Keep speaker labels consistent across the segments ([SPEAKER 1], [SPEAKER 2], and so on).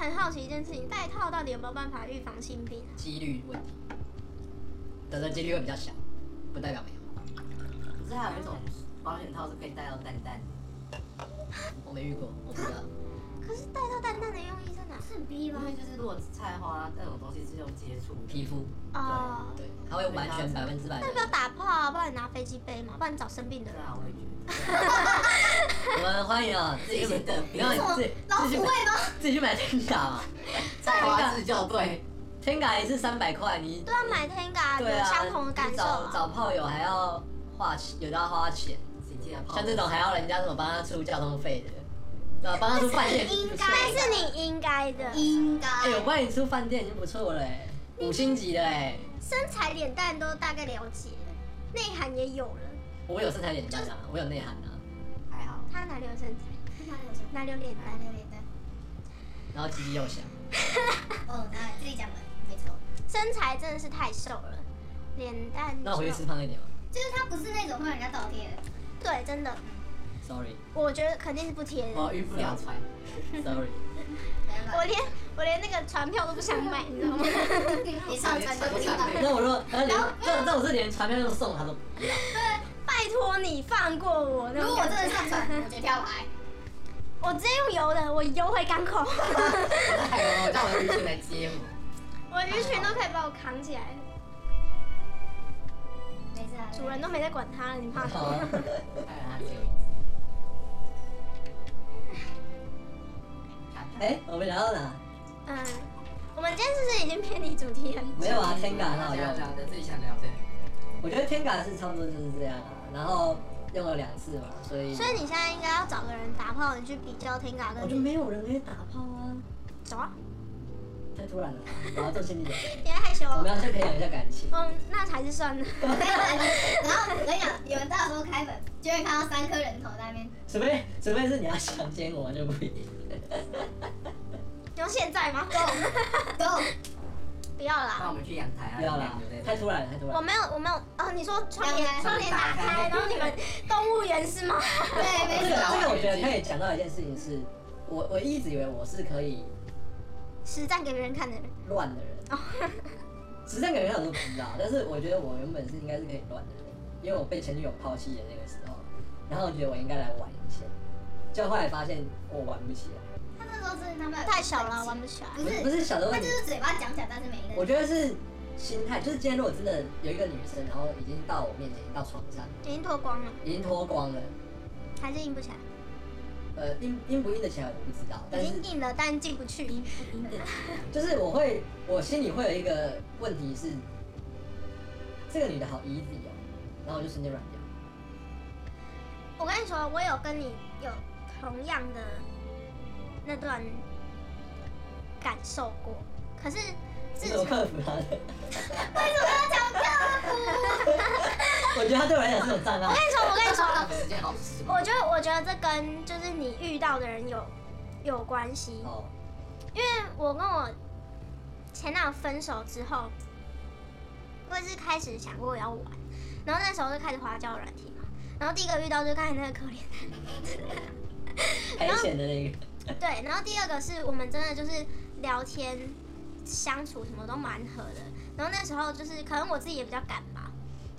[SPEAKER 1] 哎好奇一件事情，戴套到底有没有办法预防性病啊？
[SPEAKER 2] 几率问题，得的几率会比较小，不代表没有。
[SPEAKER 3] 可是还有一种保险套是可以带到蛋蛋，
[SPEAKER 2] 我没遇过，我不知道。
[SPEAKER 1] 可是戴到蛋蛋的用意在哪？是很逼
[SPEAKER 3] 因为就是如果菜花那种东西是用接触的，
[SPEAKER 2] 皮肤，
[SPEAKER 1] 哦，
[SPEAKER 2] 对，它会完全百分之百的
[SPEAKER 1] 那。不要打炮啊，不然你拿飞机杯嘛，不然你找生病的
[SPEAKER 3] 对
[SPEAKER 1] 人。
[SPEAKER 3] 啊，我也觉得。
[SPEAKER 2] 我们欢迎啊，自己去
[SPEAKER 3] 的
[SPEAKER 2] 不要你自己
[SPEAKER 1] 老
[SPEAKER 2] 自己
[SPEAKER 1] 鼠
[SPEAKER 2] 去买
[SPEAKER 1] 会吗？
[SPEAKER 2] 自己去买 Tenga 嘛
[SPEAKER 3] 菜花自救队，
[SPEAKER 2] ，Tenga 也是三百块，你
[SPEAKER 1] 对啊，买 Tenga
[SPEAKER 2] 对啊，
[SPEAKER 1] 有相同的感
[SPEAKER 2] 你
[SPEAKER 1] 受
[SPEAKER 2] 找
[SPEAKER 1] 啊。
[SPEAKER 2] 找炮友还要花钱，有的要花钱，
[SPEAKER 3] 请记得泡
[SPEAKER 2] 像这种还要人家怎么帮他出交通费的，对吧？帮他出饭店
[SPEAKER 4] 应该
[SPEAKER 1] 但是你应该的，
[SPEAKER 4] 应该
[SPEAKER 2] 哎、我帮你出饭店已经不错了、欸，五星级的哎、
[SPEAKER 1] 身材脸蛋都大概了解，内涵也有了。
[SPEAKER 2] 我有身材脸蛋啊，我有内涵啊，
[SPEAKER 3] 还好，
[SPEAKER 1] 他哪里有身材？
[SPEAKER 4] 哪里有钱？
[SPEAKER 1] 哪里有脸
[SPEAKER 4] 哪
[SPEAKER 1] 蛋？
[SPEAKER 4] 里有脸蛋？
[SPEAKER 2] 然后鸡鸡又啊小，
[SPEAKER 4] 哦，那自己讲的没错，
[SPEAKER 1] 身材真的是太瘦了，脸蛋就。
[SPEAKER 2] 那我回去吃胖一点吧
[SPEAKER 4] 就是他不是那种会让人家倒贴的。
[SPEAKER 1] 对，真的，
[SPEAKER 2] ，sorry
[SPEAKER 1] 我觉得肯定是不贴的。
[SPEAKER 4] 哦
[SPEAKER 3] 我遇不了船，
[SPEAKER 2] sorry，
[SPEAKER 4] 没办法
[SPEAKER 1] 我连我连那个船票都不想 买，你知道吗？
[SPEAKER 4] 你上船就不上了。
[SPEAKER 2] 那我说，那连这这我是连传票都送他都不要，
[SPEAKER 1] 拜托你放过我那
[SPEAKER 4] 如
[SPEAKER 1] 种
[SPEAKER 4] 果我
[SPEAKER 1] 感
[SPEAKER 4] 真
[SPEAKER 1] 觉。
[SPEAKER 4] 的上船，我就跳海。
[SPEAKER 1] 我直接用游的，我游回港 口，
[SPEAKER 3] 还有让我的渔船来接我，
[SPEAKER 1] 我鱼群都可以把我扛起来，
[SPEAKER 4] 没事啊，
[SPEAKER 1] 主人都没在管它了，你怕什
[SPEAKER 2] 好啊
[SPEAKER 1] 么？
[SPEAKER 4] 哦
[SPEAKER 3] 还有他只有一次。
[SPEAKER 2] 哎、我们聊到哪？
[SPEAKER 1] 嗯，我们今天是不是已经偏离主题了？
[SPEAKER 4] 嗯
[SPEAKER 2] 没有啊，Tenga 很好
[SPEAKER 3] 聊
[SPEAKER 2] 用，
[SPEAKER 3] 的自己想聊的，
[SPEAKER 2] 我觉得 Tenga 是差不多就是这样啊，然后用了两次嘛，所以
[SPEAKER 1] 所以你现在应该要找个人打炮，你去比较天嘎
[SPEAKER 2] 我
[SPEAKER 1] 跟
[SPEAKER 2] 就没有人可以打炮啊，
[SPEAKER 1] 走啊！
[SPEAKER 2] 太突然了，我要做心理准备，
[SPEAKER 1] 别害羞
[SPEAKER 2] 我们
[SPEAKER 1] 了，
[SPEAKER 2] 要先培养一下感情。
[SPEAKER 1] 嗯，那还是 算了。
[SPEAKER 4] 没有来然后我跟你讲，你们到时候开门就会看到三颗人头在那边。
[SPEAKER 2] 除非除非是你要强奸我就不一定。
[SPEAKER 1] 你要现在吗？
[SPEAKER 4] Go，
[SPEAKER 1] 不要啦
[SPEAKER 3] 那，我们去阳台啊，
[SPEAKER 2] 不要啦，太突然了，太突然
[SPEAKER 1] 我
[SPEAKER 2] 了。
[SPEAKER 1] 没有，我没有。哦，你说窗
[SPEAKER 4] 打
[SPEAKER 1] 帘
[SPEAKER 4] 开
[SPEAKER 1] 窗帘打开，啊然后你们动物园是吗？
[SPEAKER 4] 对，
[SPEAKER 2] 这
[SPEAKER 4] 没
[SPEAKER 2] 个
[SPEAKER 4] 错。
[SPEAKER 2] 这个我觉得可以讲到一件事情是，我我一直以为我是可以
[SPEAKER 1] 实战给别人看的人。
[SPEAKER 2] 乱的人，
[SPEAKER 1] 哦，
[SPEAKER 2] 实战感觉我都不知道，但是我觉得我原本是应该是可以乱的人，因为我被前女友抛弃的那个时候，然后我觉得我应该来玩一下，就后来发现我玩不起来，
[SPEAKER 4] 他那时候是他们
[SPEAKER 1] 太小了，玩不起来。
[SPEAKER 4] 不是
[SPEAKER 2] 不是小的
[SPEAKER 4] 他
[SPEAKER 2] 问
[SPEAKER 4] 就
[SPEAKER 2] 题，
[SPEAKER 4] 是嘴巴讲讲，但是没一
[SPEAKER 2] 我
[SPEAKER 4] 个。
[SPEAKER 2] 觉得是心态，就是今天如果真的有一个女生，然后已经到我面前，已经到床上，
[SPEAKER 1] 已经脱光了，
[SPEAKER 2] 已经脱光了。
[SPEAKER 1] 还是硬不起来。
[SPEAKER 2] 呃，硬硬不硬得起来我不知道，但
[SPEAKER 1] 已
[SPEAKER 2] 是
[SPEAKER 1] 经硬了，但进不去。
[SPEAKER 2] 就是我会，我心里会有一个问题是，这个女的好 easy 哦，然后我就瞬间软掉。
[SPEAKER 1] 我跟你说，我有跟你有同样的那段感受过，可是自
[SPEAKER 2] 你怎么
[SPEAKER 1] 从
[SPEAKER 2] 克服她的？为什么要讲克服？我觉得她对我来讲是种啊障碍。
[SPEAKER 1] 我跟你说，我跟你说，
[SPEAKER 3] 时间好吃
[SPEAKER 1] 我觉得我觉得这跟就是你遇到的人有有关系。
[SPEAKER 2] 哦，
[SPEAKER 1] 因为我跟我前男友分手之后，我也是开始想过要玩，然后那时候就呃开始滑交友软体嘛，然后第一个遇到就刚才那个可怜
[SPEAKER 2] 赔钱的那个，
[SPEAKER 1] 的，对，然后第二个是我们真的就是聊天相处什么都蛮合的，然后那时候就是可能我自己也比较赶吧，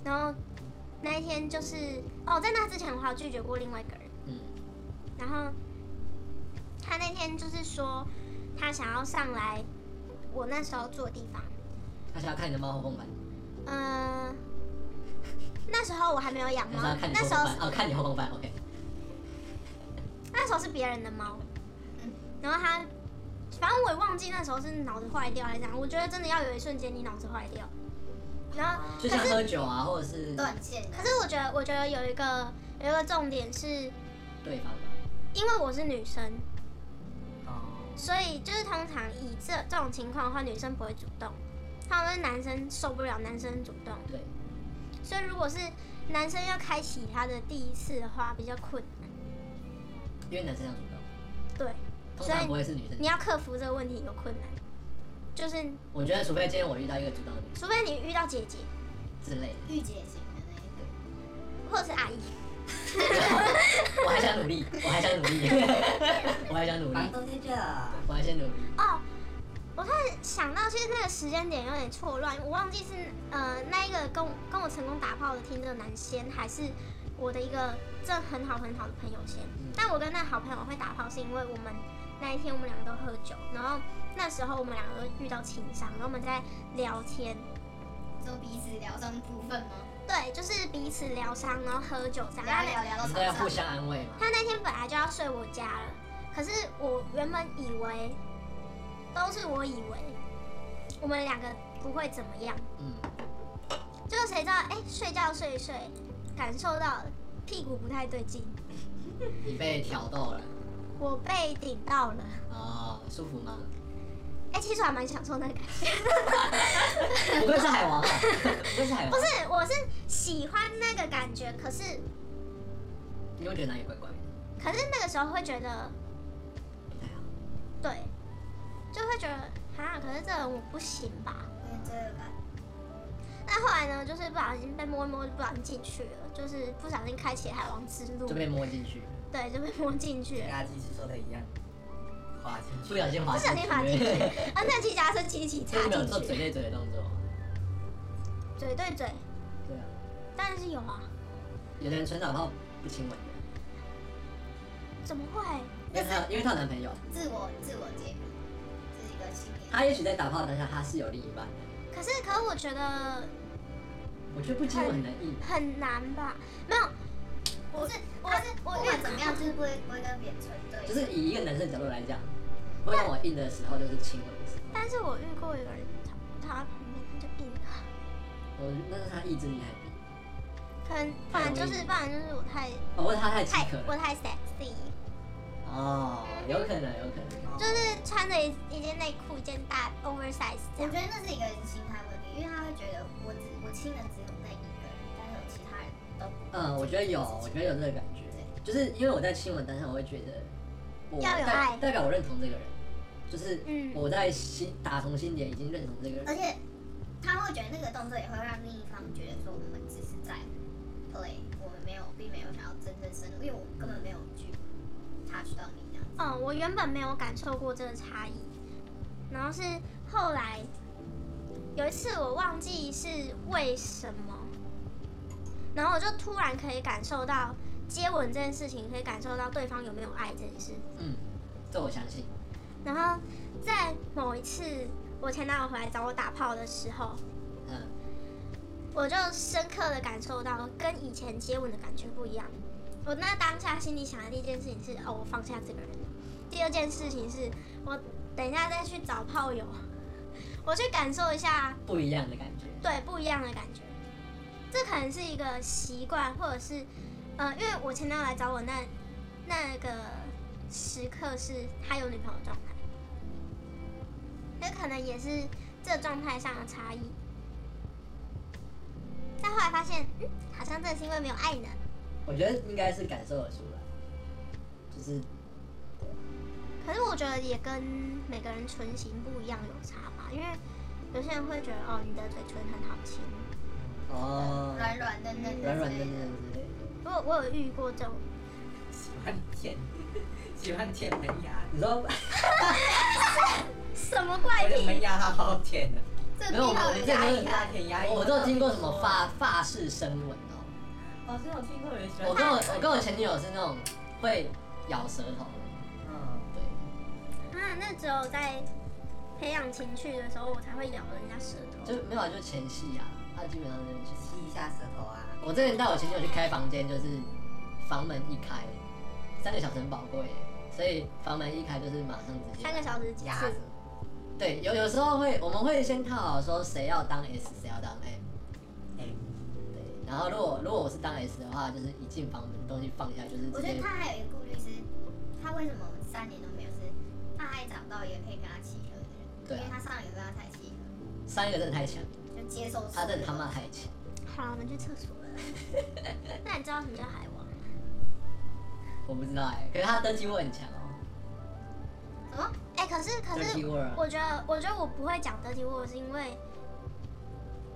[SPEAKER 1] 然后那一天就是哦，在那之前我还有拒绝过另外一个人。
[SPEAKER 2] 嗯，
[SPEAKER 1] 然后他那天就是说，他想要上来我那时候住的地方。
[SPEAKER 2] 她想要看你的猫后空翻，
[SPEAKER 1] 嗯、那时候我还没有养
[SPEAKER 2] 她
[SPEAKER 1] 猫
[SPEAKER 2] 想要看，你
[SPEAKER 1] 那
[SPEAKER 2] 后
[SPEAKER 1] 时
[SPEAKER 2] 空
[SPEAKER 1] 候
[SPEAKER 2] 翻，哦，看你后空翻，OK。
[SPEAKER 1] 那时候是别人的猫
[SPEAKER 4] 嗯。
[SPEAKER 1] 然后他，反正我也忘记那时候是脑子坏掉还是怎样。我觉得真的要有一瞬间你脑子坏掉。然后，
[SPEAKER 2] 就像喝酒啊，或者是
[SPEAKER 4] 断线了
[SPEAKER 1] 可。是我觉得，我觉得有一个有一个重点是，
[SPEAKER 2] 对方嘛，
[SPEAKER 1] 因为我是女生，
[SPEAKER 3] 哦，
[SPEAKER 1] 所以就是通常以这这种情况的话，女生不会主动，他们是男生受不了男生主动，
[SPEAKER 2] 对，
[SPEAKER 1] 所以如果是男生要开启他的第一次的话，比较困难。
[SPEAKER 2] 因为男生要主动，
[SPEAKER 1] 对，
[SPEAKER 2] 通
[SPEAKER 1] 所
[SPEAKER 2] 常
[SPEAKER 1] 以
[SPEAKER 2] 不会是女生
[SPEAKER 1] 你。要克服这个问题有困难，就是
[SPEAKER 2] 我觉得除非今天我遇到一个主动的女
[SPEAKER 1] 除非你遇到姐姐
[SPEAKER 2] 生之类的。
[SPEAKER 4] 御姐型的那一个。
[SPEAKER 1] 或者是阿姨，
[SPEAKER 2] 我还想努力，我还想努力，我还想努力，
[SPEAKER 3] 房东在这，
[SPEAKER 2] 我还想努力。
[SPEAKER 1] 哦，我突然想到，其实那个时间点有点错乱，我忘记是呃那一个跟我跟我成功打炮的听这个男先，还是我的一个真的很好很好的朋友先。但我跟那好朋友会打炮，是因为我们那一天我们两个都喝酒，然后那时候我们两个都遇到情伤，然后我们在聊天，
[SPEAKER 4] 说彼此疗伤部分吗？
[SPEAKER 1] 对，就是彼此疗伤，然后喝酒这样。
[SPEAKER 4] 聊一聊聊到
[SPEAKER 2] 你都要
[SPEAKER 4] 床
[SPEAKER 2] 互
[SPEAKER 4] 上，
[SPEAKER 2] 相安慰嘛。
[SPEAKER 1] 他那天本来就要睡我家了，可是我原本以为都是我以为我们两个不会怎么样，
[SPEAKER 2] 嗯，
[SPEAKER 1] 就是谁知道哎、睡觉睡一睡，感受到了屁股不太对劲，
[SPEAKER 2] 你被挑逗了
[SPEAKER 1] 我被顶到了，
[SPEAKER 2] 哦，舒服吗？
[SPEAKER 1] 哎、其实我还蛮享受那个感觉，
[SPEAKER 2] 不愧是海 王啊，不愧是海王。
[SPEAKER 1] 不，是，我是喜欢那个感觉，可是
[SPEAKER 2] 你会觉得哪里怪怪的？
[SPEAKER 1] 可是那个时候会觉得
[SPEAKER 2] 不太好
[SPEAKER 1] 对，就会觉得哈，可是这人我不行吧，
[SPEAKER 4] 嗯，罪恶感。
[SPEAKER 1] 那后来呢，就是不小心被摸一摸，就不小心进去了，就是不小心开启海王之路
[SPEAKER 2] 就，被摸进去，
[SPEAKER 1] 对，就被摸进去
[SPEAKER 3] 跟
[SPEAKER 1] 了。
[SPEAKER 3] 阿基斯说的一样，滑进去，
[SPEAKER 2] 不小心滑
[SPEAKER 1] 不
[SPEAKER 2] 进去，
[SPEAKER 1] 小心 滑进去，啊，那骑脚踏车骑一骑插
[SPEAKER 2] 就是没有做
[SPEAKER 1] 进
[SPEAKER 2] 嘴
[SPEAKER 1] 去，
[SPEAKER 2] 对嘴的动作。
[SPEAKER 1] 嘴对嘴，
[SPEAKER 2] 对啊，
[SPEAKER 1] 当然是有啊，
[SPEAKER 2] 有的人纯打炮不亲吻的，
[SPEAKER 1] 怎么会？
[SPEAKER 2] 因为她有因为她有男朋友，
[SPEAKER 4] 自我自我解谜，这是一个信念。
[SPEAKER 2] 她也许在打炮当下她是有另一半的，
[SPEAKER 1] 可是，可我觉得
[SPEAKER 2] 我觉得不亲吻很难意。
[SPEAKER 1] 很难吧？没有，
[SPEAKER 4] 不是，
[SPEAKER 1] 我
[SPEAKER 4] 他是
[SPEAKER 1] 我
[SPEAKER 4] 不管怎么样，就是不会不会跟别人存对。
[SPEAKER 2] 就是以一个男生的角度来讲，会让我硬的时候就是亲吻的时候，
[SPEAKER 1] 但是我遇过有人，他他旁边他就硬了，
[SPEAKER 2] 我那是他意志力太低，
[SPEAKER 1] 可能不然就是不然就是我太
[SPEAKER 2] 哦，或者他太饥
[SPEAKER 1] 太
[SPEAKER 2] 渴了
[SPEAKER 1] 我太 sexy，
[SPEAKER 2] 哦，有可能，有可能。
[SPEAKER 1] 就是穿着一一件内裤一件大 oversize 这样
[SPEAKER 4] 我觉。得那是一个人心态问题，因为他会觉得我只我亲的只有那一个人，但是有其他人都不
[SPEAKER 2] 嗯，我觉得有，我觉得有这个感觉，就是因为我在亲吻当下，我会觉得我
[SPEAKER 1] 要有
[SPEAKER 2] 代
[SPEAKER 1] 爱
[SPEAKER 2] 代表我认同这个人，就是
[SPEAKER 1] 嗯呃
[SPEAKER 2] 我在心打从心底已经认同这个人。
[SPEAKER 4] 而且他会觉得那个动作也会让另一方觉得说我们只是在 play，我们没有并没有想要真正深入，因为我根本没有去 touch 到你这样。
[SPEAKER 1] 嗯，我原本没有感受过这个差异，然后是后来有一次我忘记是为什么，然后我就突然可以感受到接吻这件事情，可以感受到对方有没有爱这件事。
[SPEAKER 2] 嗯，这我相信。
[SPEAKER 1] 然后在某一次我前男友回来找我打炮的时候，
[SPEAKER 2] 嗯，
[SPEAKER 1] 我就深刻的感受到跟以前接吻的感觉不一样。我那当下心里想的第一件事情是，哦，我放下这个人了。第二件事情是我等一下再去找炮友，我去感受一下
[SPEAKER 2] 不一样的感觉。
[SPEAKER 1] 对不一样的感觉。这可能是一个习惯，或者是，呃，因为我前男友来找我那那个时刻是他有女朋友的状态，那可能也是这状态上的差异。但后来发现，嗯，好像真的是因为没有爱呢。
[SPEAKER 2] 我觉得应该是感受得出来，就是
[SPEAKER 1] 可是我觉得也跟每个人唇形不一样有差吧，因为有些人会觉得，哦，你的嘴唇很好亲。
[SPEAKER 2] 哦，
[SPEAKER 4] 软软嫩嫩的，
[SPEAKER 2] 软软嫩嫩之类的。
[SPEAKER 1] 我有我有遇过这种
[SPEAKER 3] 喜欢舔，喜欢舔门牙，
[SPEAKER 2] 你说
[SPEAKER 1] 什么怪
[SPEAKER 3] 我的
[SPEAKER 1] 癖
[SPEAKER 3] 门牙好好舔啊，
[SPEAKER 4] 这
[SPEAKER 2] 没有，我
[SPEAKER 4] 癖好
[SPEAKER 2] 们
[SPEAKER 4] 有
[SPEAKER 2] 这
[SPEAKER 4] 压
[SPEAKER 2] 个
[SPEAKER 4] 力
[SPEAKER 2] 是
[SPEAKER 4] 啊！
[SPEAKER 3] 舔牙龈
[SPEAKER 2] 我都有经过什么发发式深吻哦。
[SPEAKER 3] 老师有听过有人喜欢，
[SPEAKER 2] 我跟我
[SPEAKER 1] 啊
[SPEAKER 2] 我跟我前女友是那种会咬舌头的，
[SPEAKER 3] 嗯，
[SPEAKER 2] 对，
[SPEAKER 1] 啊，那只有在培养情趣的时候，我才会咬人家舌头。
[SPEAKER 2] 就没有就前戏啊，她基本上就是前戏。
[SPEAKER 3] 吸一下舌头啊，
[SPEAKER 2] 我之前带我前女友去开房间，就是房门一开，三个小时很宝贵耶，所以房门一开就是马上直接
[SPEAKER 1] 三个小时几
[SPEAKER 3] 牙
[SPEAKER 1] 次？
[SPEAKER 2] 对，有有时候会，我们会先套好说谁要当 S，谁要当 M。
[SPEAKER 3] 哎，
[SPEAKER 2] 对，然后如果如果我是当 S 的话，就是一进房门东西放下，就是
[SPEAKER 4] 我
[SPEAKER 2] 直
[SPEAKER 4] 觉得
[SPEAKER 2] 接
[SPEAKER 4] 他还有一个顾虑是，他为什么三年都没有是，他还找不到一个可以跟他契合的人，
[SPEAKER 2] 对啊
[SPEAKER 4] 因为他上一个跟他才契合，
[SPEAKER 2] 三个真的太强，
[SPEAKER 4] 就接受
[SPEAKER 2] 他真的他妈太强。
[SPEAKER 1] 好了，我们去厕所了。 那你知道什么叫海王？
[SPEAKER 2] 我不知道哎、可是他登记过很强哦。
[SPEAKER 4] 什么？
[SPEAKER 1] 哎、可是可是
[SPEAKER 2] Dirty word，啊
[SPEAKER 1] 我觉得我觉得我不会讲德体 word，是因为，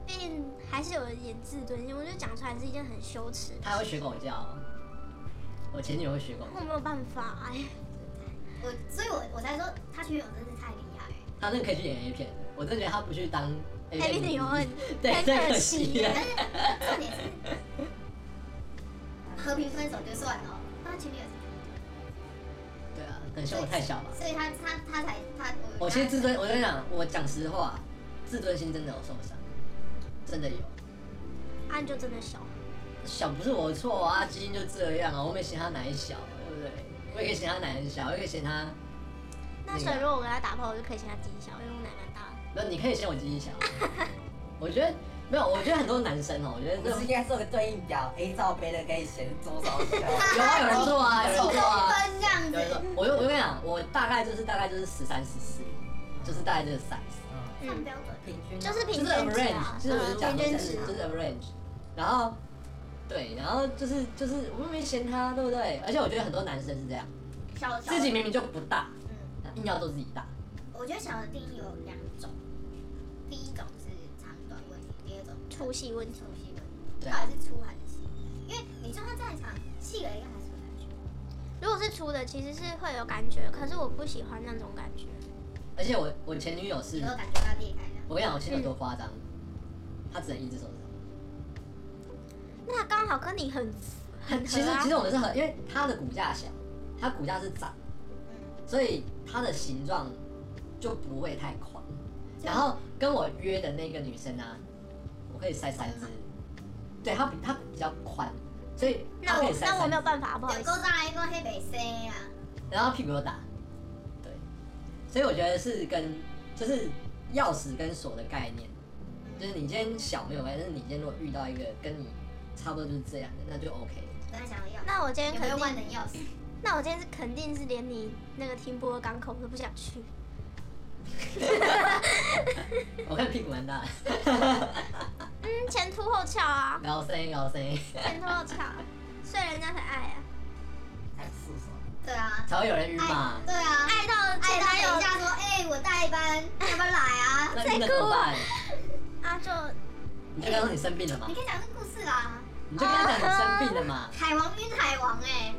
[SPEAKER 1] 毕竟还是有一点自尊心，我就讲出来是一件很羞耻的事。
[SPEAKER 2] 他还会学狗叫哦、我前女友会学狗
[SPEAKER 1] 我
[SPEAKER 2] 叫，
[SPEAKER 1] 没有办法哎、
[SPEAKER 4] 我所以我我才说他学友真是太厉害了，
[SPEAKER 2] 他那个可以去演 A 片，我真的觉得他不去当 A
[SPEAKER 1] A 片女优很
[SPEAKER 2] 对，
[SPEAKER 1] 很
[SPEAKER 2] 真的
[SPEAKER 1] 可
[SPEAKER 2] 可
[SPEAKER 1] 惜
[SPEAKER 2] 惜啊
[SPEAKER 1] 耶。
[SPEAKER 4] 重点是和平分手就算了，他前女友是
[SPEAKER 2] 对啊，可能像我太小吧。
[SPEAKER 4] 所以他他他才他
[SPEAKER 2] 我其实自尊，我跟你讲，我讲实话，自尊心真的有受伤，真的有。
[SPEAKER 1] 啊，你就真的小，
[SPEAKER 2] 小不是我的错啊，基因就这样啊，我没嫌他奶小，对不对？我也可以嫌他奶很小，我也可以嫌他，
[SPEAKER 1] 那所以如果我跟他打炮，我就可以嫌他基因小，因为我奶蛮大的。
[SPEAKER 2] 不是，你可以嫌我基因 小。我觉得没有，我觉得很多男生哦，我觉得
[SPEAKER 3] 不
[SPEAKER 2] 这
[SPEAKER 3] 是应该做个对应表，A 罩杯的可以嫌多少 小，
[SPEAKER 2] 有啊，有人做 啊，有人
[SPEAKER 4] 几公
[SPEAKER 2] 做啊。
[SPEAKER 4] 分这样
[SPEAKER 2] 有人说
[SPEAKER 4] 子，，
[SPEAKER 2] 我就我跟你讲，我大概就是大概就是十三十四，就是大概就是 size，
[SPEAKER 4] 看标准。
[SPEAKER 3] 平均
[SPEAKER 1] 就
[SPEAKER 3] 啊
[SPEAKER 1] 是平
[SPEAKER 2] 就
[SPEAKER 1] 均
[SPEAKER 2] 是
[SPEAKER 1] 值啊
[SPEAKER 2] range，，就是我
[SPEAKER 1] 嗯
[SPEAKER 2] 就讲
[SPEAKER 1] 平均
[SPEAKER 2] 就
[SPEAKER 1] 值
[SPEAKER 2] 是就是 range，然后对，然后就是就是我又没嫌他，对不对？而且我觉得很多男生是这样，
[SPEAKER 4] 小小
[SPEAKER 2] 自己明明就不大，
[SPEAKER 4] 嗯，
[SPEAKER 2] 硬要做自己大，
[SPEAKER 4] 我觉得小的定义有两种，第一种是长短问题，第二种
[SPEAKER 1] 粗细问题
[SPEAKER 4] 粗。细问题，
[SPEAKER 2] 对啊
[SPEAKER 4] 到底
[SPEAKER 1] 嗯
[SPEAKER 4] 是粗还是细？因为你就算再长，细了应该还是会感觉。
[SPEAKER 1] 如果是粗的，其实是会有感觉，可是我不喜欢那种感觉。
[SPEAKER 2] 而且我我前女友是
[SPEAKER 4] 你，会感觉到裂开这样。
[SPEAKER 2] 我跟你讲，我前女友多夸张，她只能一只手指。
[SPEAKER 1] 那刚好跟你很很
[SPEAKER 2] 其实
[SPEAKER 1] 合啊
[SPEAKER 2] 其实我们是很，因为她的骨架小，她骨架是长，
[SPEAKER 4] 嗯，
[SPEAKER 2] 所以它的形状就不会太宽。然后跟我约的那个女生啊，我可以塞三只，对，它比它比较宽，所以它
[SPEAKER 1] 那
[SPEAKER 2] 可
[SPEAKER 1] 嗯
[SPEAKER 2] 以
[SPEAKER 1] 我
[SPEAKER 2] 塞
[SPEAKER 1] 那我
[SPEAKER 2] 三
[SPEAKER 1] 没有
[SPEAKER 2] 只，
[SPEAKER 1] 办法，不好
[SPEAKER 4] 有
[SPEAKER 1] 意
[SPEAKER 4] 够
[SPEAKER 1] 思。
[SPEAKER 4] 大一个黑北塞啊，
[SPEAKER 2] 然后屁股又大，对，所以我觉得是跟就是钥匙跟锁的概念，就是你 今天小没有关系，但是你今天如果遇到一个跟你差不多就是这样的，那就 OK。
[SPEAKER 4] 本来想要要，
[SPEAKER 1] 那我今天
[SPEAKER 4] 有
[SPEAKER 1] 肯
[SPEAKER 4] 没有万
[SPEAKER 1] 定，
[SPEAKER 4] 能钥匙？
[SPEAKER 1] 那我今天是肯定是连你那个停泊港口我都不想去。
[SPEAKER 2] 我看屁股蛮大的，
[SPEAKER 1] 嗯，前凸后翘啊，
[SPEAKER 2] 高声高声，
[SPEAKER 1] 前凸后翘，所以人家才爱啊，
[SPEAKER 3] 太素手。
[SPEAKER 4] 对啊，
[SPEAKER 2] 才会有人晕吧
[SPEAKER 4] 爱，？对啊，
[SPEAKER 1] 爱到
[SPEAKER 4] 爱
[SPEAKER 1] 前
[SPEAKER 4] 他
[SPEAKER 1] 男
[SPEAKER 4] 等一
[SPEAKER 1] 友
[SPEAKER 4] 下说，哎，我代班，要不要来啊？
[SPEAKER 2] 那晕了怎么
[SPEAKER 1] 哎
[SPEAKER 2] 办？
[SPEAKER 1] 啊就
[SPEAKER 2] 你就跟他说你生病了嘛
[SPEAKER 1] 哎
[SPEAKER 4] 你，可以讲这个故事啦，
[SPEAKER 2] 你就跟他讲你生病了
[SPEAKER 1] 啊
[SPEAKER 2] 嘛。
[SPEAKER 4] 海王晕海王哎，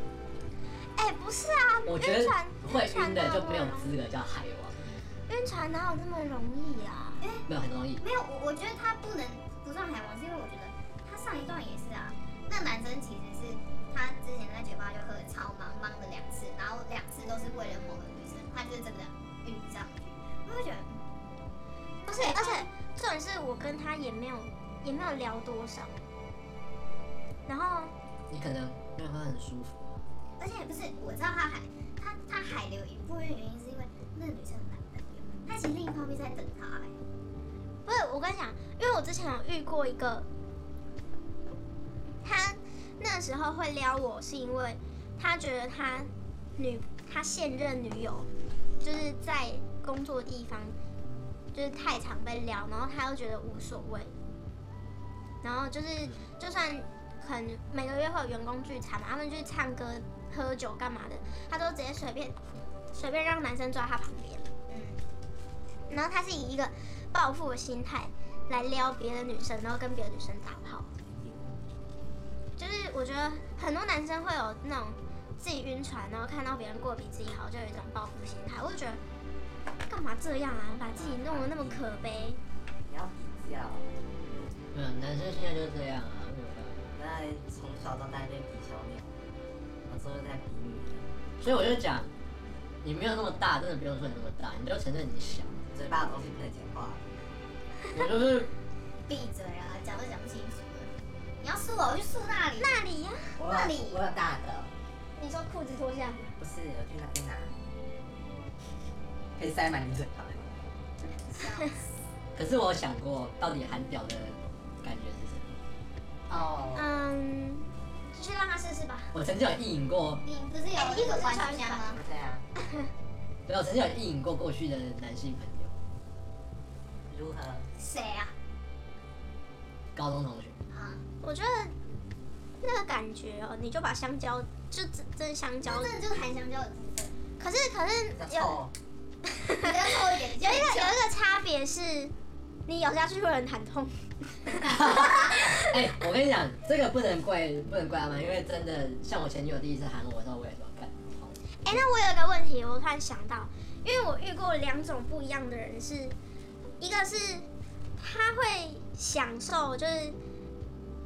[SPEAKER 1] 哎不是啊，
[SPEAKER 2] 我觉得
[SPEAKER 1] 晕船
[SPEAKER 2] 会
[SPEAKER 1] 晕
[SPEAKER 2] 晕
[SPEAKER 1] 船
[SPEAKER 2] 的
[SPEAKER 1] 哪
[SPEAKER 2] 就
[SPEAKER 1] 有
[SPEAKER 2] 没有
[SPEAKER 1] 那么容
[SPEAKER 2] 资格叫海王，
[SPEAKER 1] 易晕船哪有那么容易啊？
[SPEAKER 4] 因为
[SPEAKER 2] 没有很容易。
[SPEAKER 4] 没有，我我觉得他不能不算海王，是因为我觉得他上一段也是啊。那男生其实是他之前在酒吧就喝得超忙，忙了两次，然后两次都是为了某个女生，他就是真的晕上去。我就觉得，嗯
[SPEAKER 1] 而且而且重点是我跟他也没有也没有聊多少，然后
[SPEAKER 2] 你可能没有他很舒服，
[SPEAKER 4] 而且不是我知道他海他他海流一部分原因是因为那个女生有男朋友，他其实另一方面在等他、欸。
[SPEAKER 1] 不是，我跟你讲，因为我之前有遇过一个，他那时候会撩我，是因为他觉得他女他现任女友就是在工作地方就是太常被撩，然后他又觉得无所谓，然后就是就算可能每个月会有员工聚餐嘛，他们去唱歌、喝酒干嘛的，他都直接随便随便让男生坐在他旁边，
[SPEAKER 4] 嗯，
[SPEAKER 1] 然后他是以一个报复的心态来撩别的女生，然后跟别的女生打炮。就是我觉得很多男生会有那种自己晕船，然后看到别人过得比自己好，就有一种报复心态。我就觉得干嘛这样啊，把自己弄得那么可悲。
[SPEAKER 3] 你要比较，
[SPEAKER 2] 没有男生现在就是这样啊，没有办法。
[SPEAKER 3] 那从小到大就比小鸟，我之后再比女的，
[SPEAKER 2] 所以我就讲，你没有那么大，真的不用说你那么大，你就承认你小。
[SPEAKER 3] 嘴巴的东西不能讲话。
[SPEAKER 2] 我就是
[SPEAKER 4] 闭嘴啦，讲都讲不清楚了。你要诉我，我去诉那里。
[SPEAKER 1] 那里呀、
[SPEAKER 3] 我
[SPEAKER 4] 那
[SPEAKER 3] 有
[SPEAKER 4] 你
[SPEAKER 3] 我有大的，
[SPEAKER 1] 你说裤子脱下，
[SPEAKER 3] 不是我去那边拿， 可以塞满你嘴巴。
[SPEAKER 2] 可是我想过，到底含屌的感觉是什么？
[SPEAKER 3] 哦，
[SPEAKER 1] 嗯，就去让他试试吧。
[SPEAKER 2] 我曾经有意淫过，
[SPEAKER 4] 你不是有
[SPEAKER 1] 哎你一个
[SPEAKER 4] 玩
[SPEAKER 1] 传
[SPEAKER 4] 香
[SPEAKER 1] 香
[SPEAKER 4] 吗？
[SPEAKER 3] 对啊，
[SPEAKER 2] 对，我曾经有意淫过过去的男性朋友，
[SPEAKER 3] 如何？
[SPEAKER 4] 谁啊？
[SPEAKER 2] 高中同学。
[SPEAKER 4] 啊，
[SPEAKER 1] 我觉得那个感觉哦，你就把香蕉就真真的香蕉
[SPEAKER 4] 那，真的就是含香蕉的部分。
[SPEAKER 1] 可是可是
[SPEAKER 3] 比较
[SPEAKER 1] 有
[SPEAKER 3] 臭，
[SPEAKER 4] 比较臭一点，
[SPEAKER 1] 有一个有一个差别是，你咬下去会很疼 痛。
[SPEAKER 2] 哎、我跟你讲，这个不能怪不能怪他们，因为真的像我前女友第一次喊我的时候，我也说干。好
[SPEAKER 1] 哎、那我有一个问题，我突然想到，因因为我遇过两种不一样的人是，一个是他会享受，就是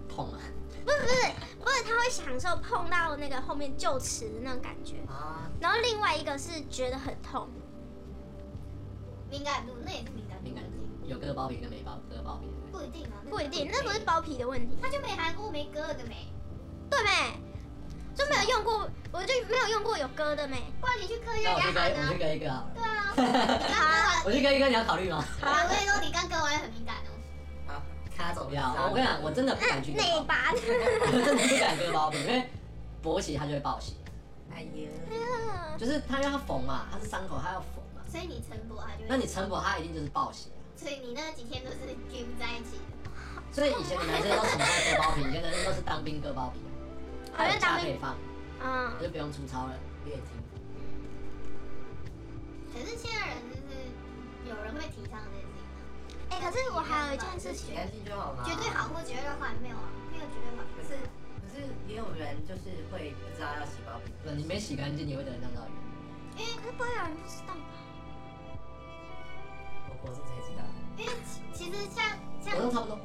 [SPEAKER 2] 碰啊，
[SPEAKER 1] 不是不是不是，他会享受碰到那个后面臼齿的那种感觉，
[SPEAKER 3] 啊，
[SPEAKER 1] 然后另外一个是觉得很痛，
[SPEAKER 4] 敏感度那也是敏感度
[SPEAKER 2] 敏感肌有割包皮跟没包割包皮的人，
[SPEAKER 4] 不一定啊，
[SPEAKER 1] 不一定，
[SPEAKER 2] 嗯
[SPEAKER 1] 那不是包皮的问题，
[SPEAKER 4] 他就没韩国没割了个没，
[SPEAKER 1] 对没？就没有用过，我就没有用过有割的 没。
[SPEAKER 4] 不然你去割一下
[SPEAKER 2] 那我去
[SPEAKER 4] 给
[SPEAKER 2] 割
[SPEAKER 4] 他，
[SPEAKER 2] 我
[SPEAKER 4] 喊
[SPEAKER 2] 去割一个
[SPEAKER 4] 啊。
[SPEAKER 2] 好
[SPEAKER 4] 对啊，
[SPEAKER 2] 了。
[SPEAKER 4] 你刚割完，
[SPEAKER 2] 我去割一个，你要考虑吗？
[SPEAKER 4] 我跟你说，你刚割完很敏感哦。
[SPEAKER 3] 好，卡走
[SPEAKER 2] 不要，我跟你讲，我真的不敢去割
[SPEAKER 1] 哦那
[SPEAKER 2] 包
[SPEAKER 1] 一 把，
[SPEAKER 2] 皮，我真的不敢割包皮，因为勃起它就会爆血，
[SPEAKER 3] 哎呀，
[SPEAKER 2] 就是它因为它缝嘛，它是伤口，它要缝嘛。
[SPEAKER 4] 所以你晨勃，啊他就
[SPEAKER 2] 那
[SPEAKER 4] 会，
[SPEAKER 2] 你成勃它一定就是爆血啊。
[SPEAKER 4] 所以你那几天都是 g 不在一起的。
[SPEAKER 2] 所以以前的男生都崇拜割包皮，以前的男生都是当兵割包皮，
[SPEAKER 1] 好
[SPEAKER 2] 还
[SPEAKER 1] 像
[SPEAKER 2] 有假
[SPEAKER 1] 当
[SPEAKER 2] 可以
[SPEAKER 1] 兵，
[SPEAKER 2] 放，
[SPEAKER 1] 嗯，
[SPEAKER 2] 就不用出操了。
[SPEAKER 3] 月经，
[SPEAKER 4] 可是现在人就是有人会提倡这件事情吗，
[SPEAKER 1] 哎、可是我还有一件事
[SPEAKER 3] 洗
[SPEAKER 1] 情，
[SPEAKER 3] 干净就
[SPEAKER 2] 啊
[SPEAKER 3] 好了。
[SPEAKER 4] 绝对好或绝对坏没有啊，没有绝对好。
[SPEAKER 3] 可是可是也有人就是会不知道要洗包皮，
[SPEAKER 2] 对，你没洗干净，你会得尿道炎。
[SPEAKER 1] 因为可是不会有人不知道
[SPEAKER 2] 啊
[SPEAKER 1] 吧？
[SPEAKER 3] 我国中才知道。
[SPEAKER 4] 因为其其实像像
[SPEAKER 2] 我都差不多。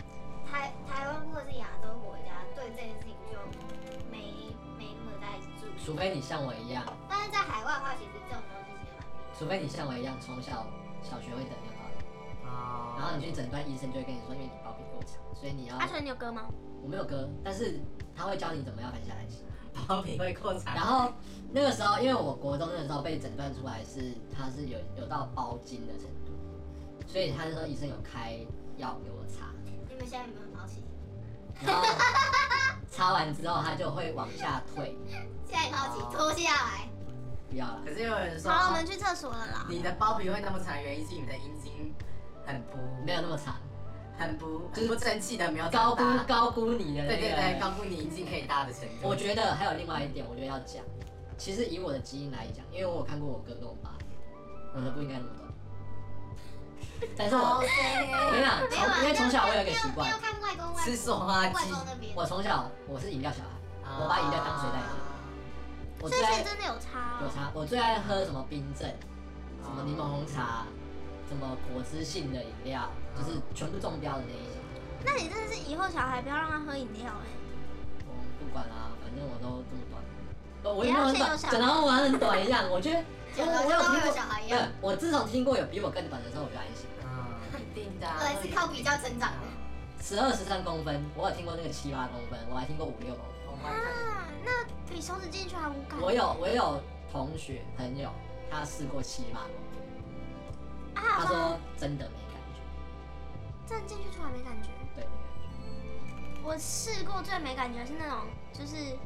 [SPEAKER 4] 台台湾或者是亚洲国家对这件事情就没没那么在注
[SPEAKER 2] 除
[SPEAKER 4] 意，
[SPEAKER 2] 非你像我一样，
[SPEAKER 4] 但是在海外的话，其实这种东西其实蛮
[SPEAKER 2] 除非你像我一样，从小小学会得尿道炎，然后
[SPEAKER 3] 哦，
[SPEAKER 2] 你去诊断，医生就会跟你说，因为你包皮过长，所以你要
[SPEAKER 1] 阿。纯，你有割吗？
[SPEAKER 2] 我没有割，但是他会教你怎么样翻下来洗。
[SPEAKER 3] 包皮会扩
[SPEAKER 2] 然
[SPEAKER 3] 长，
[SPEAKER 2] 后那个时候，因为我国中那个时候被诊断出来是他是有有到包茎的程度，所以他那时候医生有开药给我擦，
[SPEAKER 4] 你们现在有没有很好奇？
[SPEAKER 2] 然后擦完之后他就会往下退，
[SPEAKER 4] 现在很好奇，
[SPEAKER 3] 哦
[SPEAKER 4] 脱下来，
[SPEAKER 2] 不要了。
[SPEAKER 3] 可是有人说
[SPEAKER 1] 好
[SPEAKER 2] 啊
[SPEAKER 1] 了，我们去厕所了啦。
[SPEAKER 3] 你的包皮会那么长，原因是你的阴茎很不
[SPEAKER 2] 没有那么长，
[SPEAKER 3] 很不很不争气的没有
[SPEAKER 2] 高
[SPEAKER 3] 长
[SPEAKER 2] 估
[SPEAKER 3] 大
[SPEAKER 2] 高估你的那个。
[SPEAKER 3] 对对对，高估你阴茎可以大的程度。
[SPEAKER 2] 我觉得还有另外一点，我觉得要讲，其实以我的基因来讲，因为我有看过我哥跟我爸，我的不应该那么短。 但是我，
[SPEAKER 3] 哦
[SPEAKER 2] 我跟你讲，
[SPEAKER 4] 没有啊
[SPEAKER 2] 从因为从小我有一个习
[SPEAKER 4] 你
[SPEAKER 2] 惯
[SPEAKER 4] 有，看外公外
[SPEAKER 3] 吃手花
[SPEAKER 4] 外
[SPEAKER 3] 鸡，
[SPEAKER 4] 公那边？
[SPEAKER 2] 我从小我是饮料小孩，
[SPEAKER 3] 啊
[SPEAKER 2] 我把饮料当水在喝我
[SPEAKER 1] 所
[SPEAKER 2] 最
[SPEAKER 1] 以
[SPEAKER 2] 爱
[SPEAKER 1] 是真的有差、
[SPEAKER 2] 有
[SPEAKER 1] 哦。
[SPEAKER 2] 茶，我最爱喝什么冰镇，什么柠檬红茶，什么果汁性的饮料，就是全部中标的那一种。
[SPEAKER 1] 那你真的是以后小孩不要让他喝饮料哎、
[SPEAKER 2] 我不管啦、反正我都这么短。呃我
[SPEAKER 1] 你
[SPEAKER 2] 也没
[SPEAKER 1] 要
[SPEAKER 2] 有很
[SPEAKER 1] 先有
[SPEAKER 2] 短
[SPEAKER 1] 小，
[SPEAKER 2] 整容我很短一样，我觉得我
[SPEAKER 4] 讲到
[SPEAKER 2] 我有
[SPEAKER 4] 跟
[SPEAKER 2] 听
[SPEAKER 4] 有
[SPEAKER 2] 过
[SPEAKER 4] 小，孩一
[SPEAKER 2] 没
[SPEAKER 4] 样
[SPEAKER 2] 有，，我自从听过有比我更短的时候，我就安心。
[SPEAKER 3] 嗯，一定的啊。
[SPEAKER 4] 对，是靠比较成长的。
[SPEAKER 2] 十二十三公分，我有听过那个七八公分，我还听过五六公分。
[SPEAKER 3] 哦我妈看
[SPEAKER 1] 啊，那比手指进去还无感。
[SPEAKER 2] 我有我有同学朋友，他试过七八公分，
[SPEAKER 1] 啊，
[SPEAKER 2] 他
[SPEAKER 1] 好吧
[SPEAKER 2] 说真的没感觉，
[SPEAKER 1] 真进去出来没感觉。
[SPEAKER 2] 对，没感觉。
[SPEAKER 1] 我试过最没感觉是那种，就是因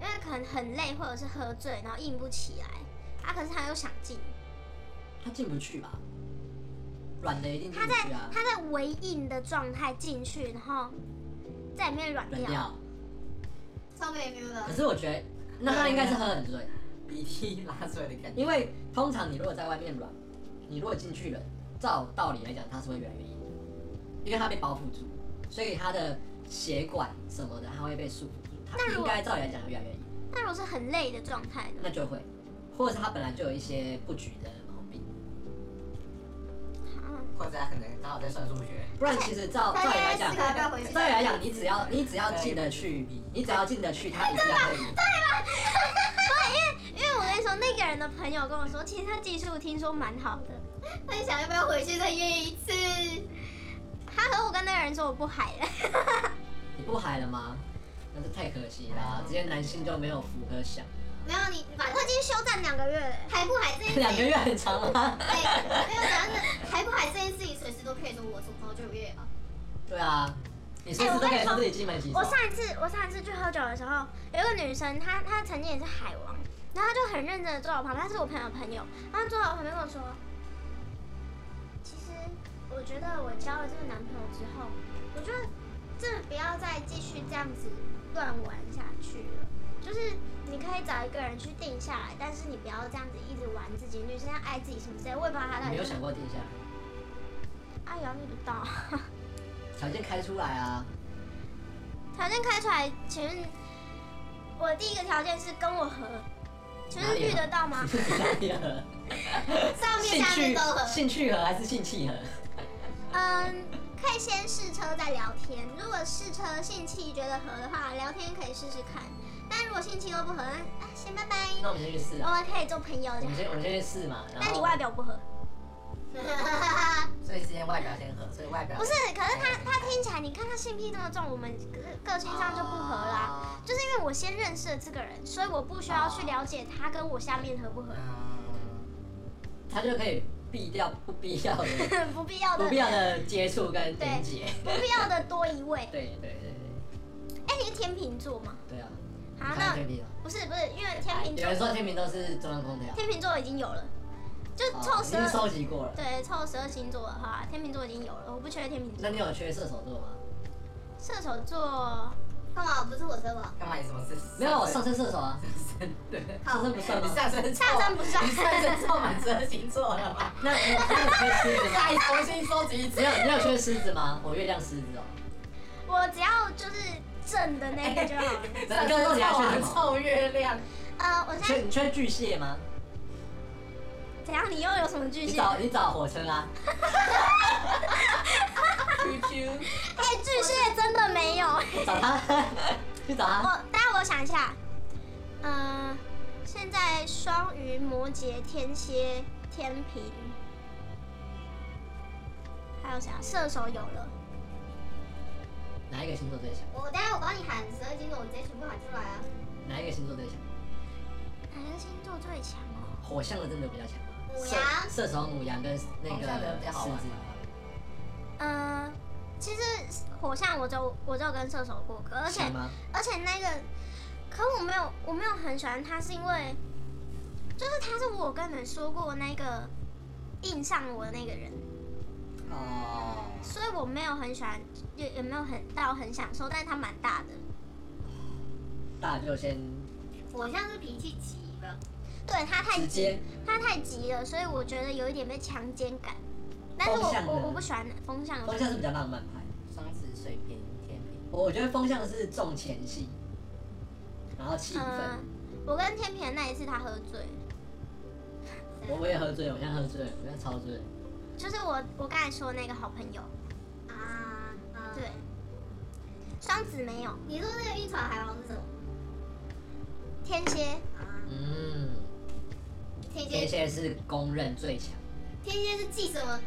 [SPEAKER 1] 为可能很累或者是喝醉，然后硬不起来，啊，可是他又想进，
[SPEAKER 2] 他进不去吧？软的一定进
[SPEAKER 1] 他
[SPEAKER 2] 不
[SPEAKER 1] 在
[SPEAKER 2] 去啊，
[SPEAKER 1] 他在微硬的状态进去，然后在里面软
[SPEAKER 2] 软
[SPEAKER 1] 掉。
[SPEAKER 2] 掉。
[SPEAKER 4] 上面也没有
[SPEAKER 2] 可
[SPEAKER 4] 人，
[SPEAKER 2] 是我觉得，那他应该是喝很醉。
[SPEAKER 3] 鼻涕拉出来的感觉，
[SPEAKER 2] 因为通常你如果在外面软，你如果进去了，照道理来讲它是会越来越硬的，因为它被包覆住，所以它的血管什么的它会被束缚住，它
[SPEAKER 1] 那如
[SPEAKER 2] 应
[SPEAKER 1] 果
[SPEAKER 2] 该照理来讲越来越硬，
[SPEAKER 1] 那如果是很累的状态呢？
[SPEAKER 2] 那就会，或者是它本来就有一些不举的毛病，
[SPEAKER 1] 啊，
[SPEAKER 3] 或者可能刚好在算数学，
[SPEAKER 2] 不然其实照照理来讲，
[SPEAKER 4] 他现在思考要不要回去
[SPEAKER 2] 照理来讲，你只要你只要进得去，你只要进得去，它一定会赢。
[SPEAKER 1] 因为我跟你说，那个人的朋友跟我说，其实他技术听说蛮好的，
[SPEAKER 4] 那你想要不要回去再约一次？
[SPEAKER 1] 他和我跟那个人说我不海 了。
[SPEAKER 2] 你不嗨了吗？那是太可惜啦，这些男性就没有福可享。
[SPEAKER 4] 没有，你把
[SPEAKER 1] 我已经休战两个月了，
[SPEAKER 4] 还不还这一
[SPEAKER 2] 两个月很长吗？
[SPEAKER 4] 哎，没有讲的，还不还这件事情随时都可以说我从头就月啊。
[SPEAKER 2] 对啊，你随时都可以说自己金门洗手
[SPEAKER 1] 哎我。上一次我上一次去喝酒的时候，有一个女生，她她曾经也是海王，然后她就很认真的坐在我旁边，她是我朋友的朋友，然后坐在我旁边跟我说，其实我觉得我交了这个男朋友之后，我觉得这不要再继续这样子乱玩下去了。就是你可以找一个人去定下来，但是你不要这样子一直玩自己，女生要爱自己什么之类的，我也不知道她到底
[SPEAKER 2] 你没有
[SPEAKER 1] 是
[SPEAKER 2] 想过定下来，
[SPEAKER 1] 啊，也要遇不到。
[SPEAKER 2] 条件开出来啊，
[SPEAKER 1] 条件开出来，前面我第一个条件是跟我合，就是遇得到 吗？
[SPEAKER 2] 哪里合？
[SPEAKER 4] 上面
[SPEAKER 2] 兴
[SPEAKER 4] 下面
[SPEAKER 2] 趣
[SPEAKER 4] 都合。
[SPEAKER 2] 兴趣合还是性契合？
[SPEAKER 1] 嗯，可以先试车再聊天。如果试车性气觉得合的话，聊天可以试试看。但如果性气又不合，那啊先拜拜。
[SPEAKER 2] 那我们先去试
[SPEAKER 1] 我
[SPEAKER 2] 啊，
[SPEAKER 1] 们可以做朋友
[SPEAKER 2] 我
[SPEAKER 1] 这
[SPEAKER 2] 们先我
[SPEAKER 1] 样。
[SPEAKER 2] 们先去试嘛。然
[SPEAKER 1] 但
[SPEAKER 2] 后
[SPEAKER 1] 你外表不合，
[SPEAKER 3] 所以先外表先合，所以外表
[SPEAKER 1] 不是？可是他他听起来，你看他性癖那么重，我们个个性上就不合啦、
[SPEAKER 3] 啊
[SPEAKER 1] 就是因为我先认识了这个人，所以我不需要去了解他跟我下面合不合，
[SPEAKER 3] 嗯
[SPEAKER 2] 他就可以避掉不必要的
[SPEAKER 1] 不必要的
[SPEAKER 2] 嗯不必要的接触跟
[SPEAKER 1] 对
[SPEAKER 2] 连接。
[SPEAKER 1] 不必要的多一位。
[SPEAKER 2] 对对对对
[SPEAKER 1] 哎、你是天秤座吗？
[SPEAKER 2] 对啊！
[SPEAKER 1] 好，
[SPEAKER 2] 你看
[SPEAKER 1] 那
[SPEAKER 2] 天平啊
[SPEAKER 1] 不是不是，因为天秤
[SPEAKER 2] 有人
[SPEAKER 1] 座
[SPEAKER 2] 说天平都是中央空调，
[SPEAKER 1] 天秤座已经有了，就凑
[SPEAKER 2] 哦
[SPEAKER 1] 十
[SPEAKER 2] 已
[SPEAKER 1] 二
[SPEAKER 2] 经收集过了。
[SPEAKER 1] 对，凑十二星座的话，天秤座已经有了，我不缺天秤
[SPEAKER 2] 那
[SPEAKER 1] 座。
[SPEAKER 2] 你有缺射手座吗？
[SPEAKER 1] 射手座，
[SPEAKER 4] 干嘛？不是我车吧？
[SPEAKER 3] 干嘛？你什么事？
[SPEAKER 2] 没有，我上升射手 啊，
[SPEAKER 3] 身对，
[SPEAKER 2] 上升不算
[SPEAKER 3] 你
[SPEAKER 2] 吗？
[SPEAKER 3] 上升
[SPEAKER 1] 上升不算
[SPEAKER 3] 你上升凑满十二星座了吧？
[SPEAKER 2] 那你那你缺狮子吗？
[SPEAKER 3] 再重新收集一次
[SPEAKER 2] 你。有你有缺狮子吗？我月亮狮子哦。
[SPEAKER 1] 我只要就是正的那个就 好了。
[SPEAKER 2] 那你刚刚到底要缺什么？
[SPEAKER 3] 臭月亮，
[SPEAKER 1] 呃，我
[SPEAKER 2] 你
[SPEAKER 1] 现
[SPEAKER 2] 缺
[SPEAKER 1] 在
[SPEAKER 2] 你缺巨蟹吗？
[SPEAKER 1] 怎样？你又有什么巨
[SPEAKER 2] 你
[SPEAKER 1] 蟹？
[SPEAKER 2] 找你找火车啊。
[SPEAKER 3] 啾啾，
[SPEAKER 1] 哎、巨蟹真的没有。
[SPEAKER 2] 找他， 去找他。
[SPEAKER 1] 我，但哦我想一下，嗯、现在双鱼、摩羯、天蝎、天平，还有啥？射手有了，
[SPEAKER 2] 哪一个星座最强？
[SPEAKER 4] 我待会我帮你喊十二星座，我直接全部喊出来啊！
[SPEAKER 2] 哪一个星座最强？
[SPEAKER 1] 哪个星座最强哦？
[SPEAKER 2] 火象的真的比较强吗？
[SPEAKER 4] 母
[SPEAKER 2] 射
[SPEAKER 4] 羊
[SPEAKER 2] 射手、母羊跟那
[SPEAKER 3] 好像人
[SPEAKER 2] 个
[SPEAKER 3] 比较好
[SPEAKER 2] 狮
[SPEAKER 3] 玩
[SPEAKER 2] 子。
[SPEAKER 1] 嗯、其实火象我就我就跟射手过歌，而且
[SPEAKER 2] 强吗？
[SPEAKER 1] 而且那个，可我没有，我没有很喜欢他，是因为，就是他是我跟你们说过那个印上我的那个人，
[SPEAKER 2] 哦，
[SPEAKER 1] 所以我没有很喜欢，也也没有很到很享受，但是他蛮大的，
[SPEAKER 2] 大就先
[SPEAKER 4] 我像是脾气急了，
[SPEAKER 1] 对他太嗯
[SPEAKER 2] 直接
[SPEAKER 1] 急，他太急了，所以我觉得有一点被强奸感，但是我
[SPEAKER 2] 风向呢
[SPEAKER 1] 我我不喜欢风向，
[SPEAKER 2] 风向是比较浪漫派。
[SPEAKER 3] 双子、水瓶、天平，
[SPEAKER 2] 我觉得风向是重前戏，然后气
[SPEAKER 1] 嗯、
[SPEAKER 2] 氛。
[SPEAKER 1] 我跟天平的那一次他喝醉，
[SPEAKER 2] 我我也喝醉了，我现在喝醉了，我现在超醉了。
[SPEAKER 1] 就是我我刚才说的那个好朋友，
[SPEAKER 4] 啊啊！
[SPEAKER 1] 对，，双子没有，
[SPEAKER 4] 你说那个晕船海王是什么？
[SPEAKER 1] 天蝎
[SPEAKER 4] 啊，
[SPEAKER 2] 嗯，
[SPEAKER 4] 天
[SPEAKER 2] 天
[SPEAKER 4] 蝎，
[SPEAKER 2] 蝎是公认最强。
[SPEAKER 4] 天蝎是记什么？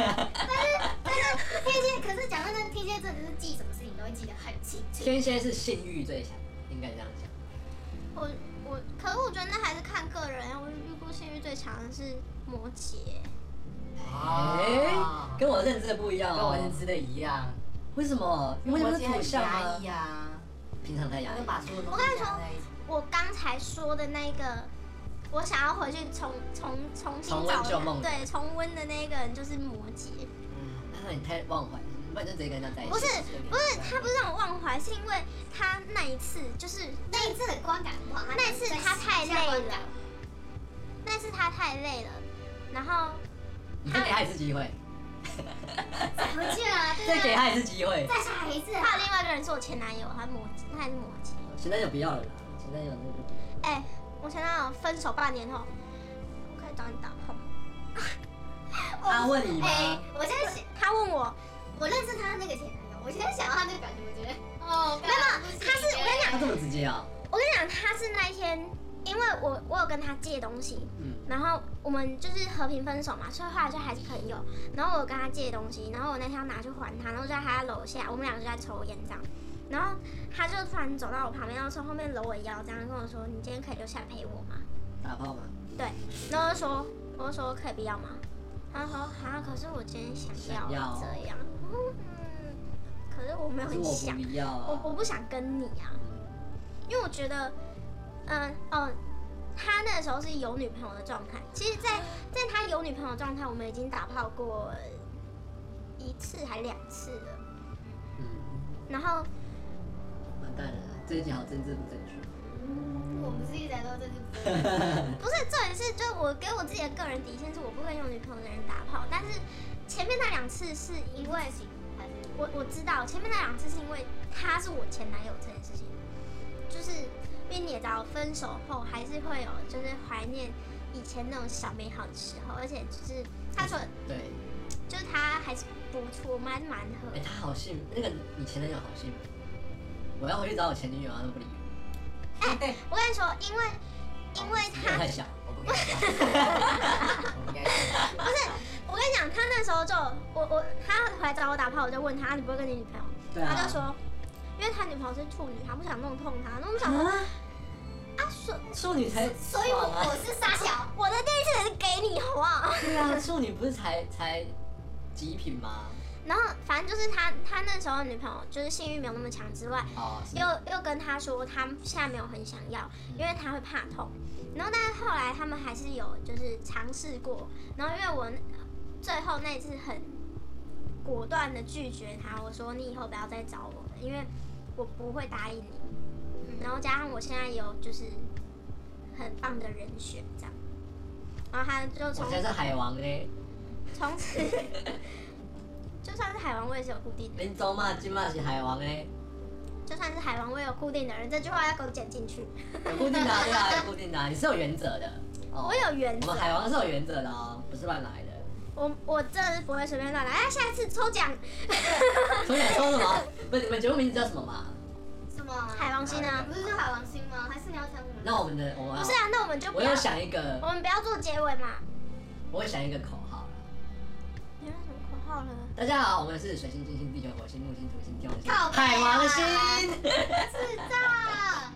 [SPEAKER 4] 但是天蝎，可是讲真的，天蝎真的是记什么事情都会记得很清楚。
[SPEAKER 2] 天蝎是性欲最强，应该这样讲。
[SPEAKER 1] 我我，可是我觉得那还是看个人。啊我遇过性欲最强的是摩羯，
[SPEAKER 2] 哎、
[SPEAKER 3] 哦
[SPEAKER 2] 跟我认知的不一样
[SPEAKER 3] 跟
[SPEAKER 2] 哦。
[SPEAKER 3] 我认知的一样。
[SPEAKER 2] 为什么？因为
[SPEAKER 3] 我
[SPEAKER 2] 他
[SPEAKER 3] 今天
[SPEAKER 2] 土
[SPEAKER 3] 很
[SPEAKER 2] 象
[SPEAKER 3] 压抑
[SPEAKER 2] 啊，
[SPEAKER 3] 啊，
[SPEAKER 2] 平常太压
[SPEAKER 3] 我就
[SPEAKER 2] 抑。
[SPEAKER 3] 把所有东
[SPEAKER 1] 我
[SPEAKER 3] 西
[SPEAKER 1] 跟你
[SPEAKER 3] 加在一起。
[SPEAKER 1] 我刚才说的那个，我想要回去重重重新
[SPEAKER 2] 重温
[SPEAKER 1] 找
[SPEAKER 2] 旧梦
[SPEAKER 1] 对重温的那个人就是摩羯，
[SPEAKER 3] 嗯，
[SPEAKER 2] 那你太忘怀了，不然就直接跟他在一起。
[SPEAKER 1] 不是不是他不
[SPEAKER 3] 是
[SPEAKER 1] 是让我忘怀，是因为他那一次就是
[SPEAKER 4] 那一次很观感不好，
[SPEAKER 1] 那一次他太累
[SPEAKER 4] 观
[SPEAKER 1] 了
[SPEAKER 4] 感，
[SPEAKER 1] 那次他太累了，然后
[SPEAKER 2] 你再给他一次机会，
[SPEAKER 4] 回去啊，对
[SPEAKER 2] 再给
[SPEAKER 4] 啊，
[SPEAKER 2] 他一次机会。
[SPEAKER 4] 再查一次啊。
[SPEAKER 1] 还有另外一个人是我前男友，他摩羯，他也是摩羯。
[SPEAKER 2] 前男友不要了啦，前男友那个不要
[SPEAKER 1] 哎、我前男友分手半年后，我可以找你打炮吗。哦
[SPEAKER 2] 他问你吗？
[SPEAKER 4] 哎，我现在想，
[SPEAKER 1] 他问我，
[SPEAKER 4] 我认识他那个前男友，我现在想到他那个表情，我觉得哦，没有，
[SPEAKER 1] 他是我跟你
[SPEAKER 2] 他
[SPEAKER 1] 讲，
[SPEAKER 2] 这么直接啊？
[SPEAKER 1] 我跟你讲，他是那一天，因为我我有跟他借东西，
[SPEAKER 2] 嗯
[SPEAKER 1] 然后我们就是和平分手嘛，所以后来就还是朋友。然后我有跟他借东西，然后我那天要拿去还他，然后就在他楼下，我们两个就在抽烟这样。然后他就突然走到我旁边，然后从后面搂我腰，这样跟我说：“你今天可以留下来陪我吗
[SPEAKER 2] 打炮吗？？”
[SPEAKER 1] 然后我就说：“我就说可以不要吗？”他说：“啊，可是我今天想
[SPEAKER 2] 想要
[SPEAKER 1] 要这样。”嗯，可是我没有
[SPEAKER 2] 可是
[SPEAKER 1] 很
[SPEAKER 2] 我
[SPEAKER 1] 想，
[SPEAKER 2] 不要啊。
[SPEAKER 1] 我我不想跟你啊。因为我觉得，嗯、哦，他那时候是有女朋友的状态。其实在，在他有女朋友的状态，我们已经打炮过一次还两次了。
[SPEAKER 2] 嗯，
[SPEAKER 1] 然后
[SPEAKER 2] 完蛋了，这一集好政治不正确。
[SPEAKER 4] 我们是一直在说这是
[SPEAKER 1] 不是重点是，就是我给我自己的个人底线是我不跟有女朋友的人打炮。但是前面那两次是因为
[SPEAKER 4] 还是
[SPEAKER 1] 我我知道前面那两次是因为他是我前男友这件事情，就是因为你也到分手后还是会有就是怀念以前那种小美好的时候，而且就是他说
[SPEAKER 2] 对，
[SPEAKER 1] 就是他还是不错，蛮蛮合
[SPEAKER 2] 哎、。他好幸，那个你前男友好幸福。我要回去找我前女友，他都不理我，
[SPEAKER 3] 哎
[SPEAKER 1] 我跟你说，因为因为
[SPEAKER 2] 因为
[SPEAKER 1] 他
[SPEAKER 2] 我太小。
[SPEAKER 3] 我不该笑， 我不该笑。
[SPEAKER 1] 我跟你讲，他那时候就我我他回来找我打炮，我就问他啊你不会跟你女朋友？
[SPEAKER 2] 对啊。
[SPEAKER 1] 他就说，因为他女朋友是处女，他不想弄痛她，弄痛
[SPEAKER 2] 啊
[SPEAKER 1] 她。啊，所
[SPEAKER 2] 处女才，啊
[SPEAKER 4] 所以我我是沙小，
[SPEAKER 1] 我的第一次也是给你，好不好？
[SPEAKER 2] 对啊，处女不是才才极品吗？
[SPEAKER 1] 然后反正就是他他那时候的女朋友就是性欲没有那么强之外，
[SPEAKER 2] 哦，是
[SPEAKER 1] 又又跟他说他现在没有很想要，因为他会怕痛。然后但是后来他们还是有就是尝试过，然后因为我那最后那一次很果断的拒绝他，我说你以后不要再找我了，因为我不会答应你。嗯然后加上我现在有就是很棒的人选这样，然后他就从
[SPEAKER 2] 我才是海王欸嘞、
[SPEAKER 1] 从此 就算是海王，我也是有固定的。
[SPEAKER 2] 林州嘛，金嘛是海王
[SPEAKER 3] 哎
[SPEAKER 2] 嘞、
[SPEAKER 1] 就算是海王，我也有固定的人，这句话要给我剪进去。
[SPEAKER 2] 有固定的、啊，对啊，有固定的、啊，你是有原则的。哦
[SPEAKER 1] 我有原
[SPEAKER 2] 我
[SPEAKER 1] 则
[SPEAKER 2] 们，海王是有原则的哦，不是乱来的。
[SPEAKER 1] 我我真的是不会随便乱来。哎，下一次抽奖，
[SPEAKER 2] 所以你说什么？不是你们节目名字叫什么嘛？
[SPEAKER 4] 什么啊
[SPEAKER 1] 海王星啊
[SPEAKER 4] 不是叫海王星吗？还是你要讲我们？
[SPEAKER 2] 那我们的我们
[SPEAKER 1] 不是啊，那我们就不
[SPEAKER 2] 我
[SPEAKER 1] 要
[SPEAKER 2] 有，想一
[SPEAKER 1] 我
[SPEAKER 2] 个，
[SPEAKER 1] 们不要做结尾嘛。
[SPEAKER 2] 我会想一个口号啦。
[SPEAKER 1] 你有什么口号了？
[SPEAKER 2] 大家好，我们是水星、金星、地球、火星、木星、土星、天王星、
[SPEAKER 4] 靠北啊
[SPEAKER 2] 海王星。
[SPEAKER 4] 智障。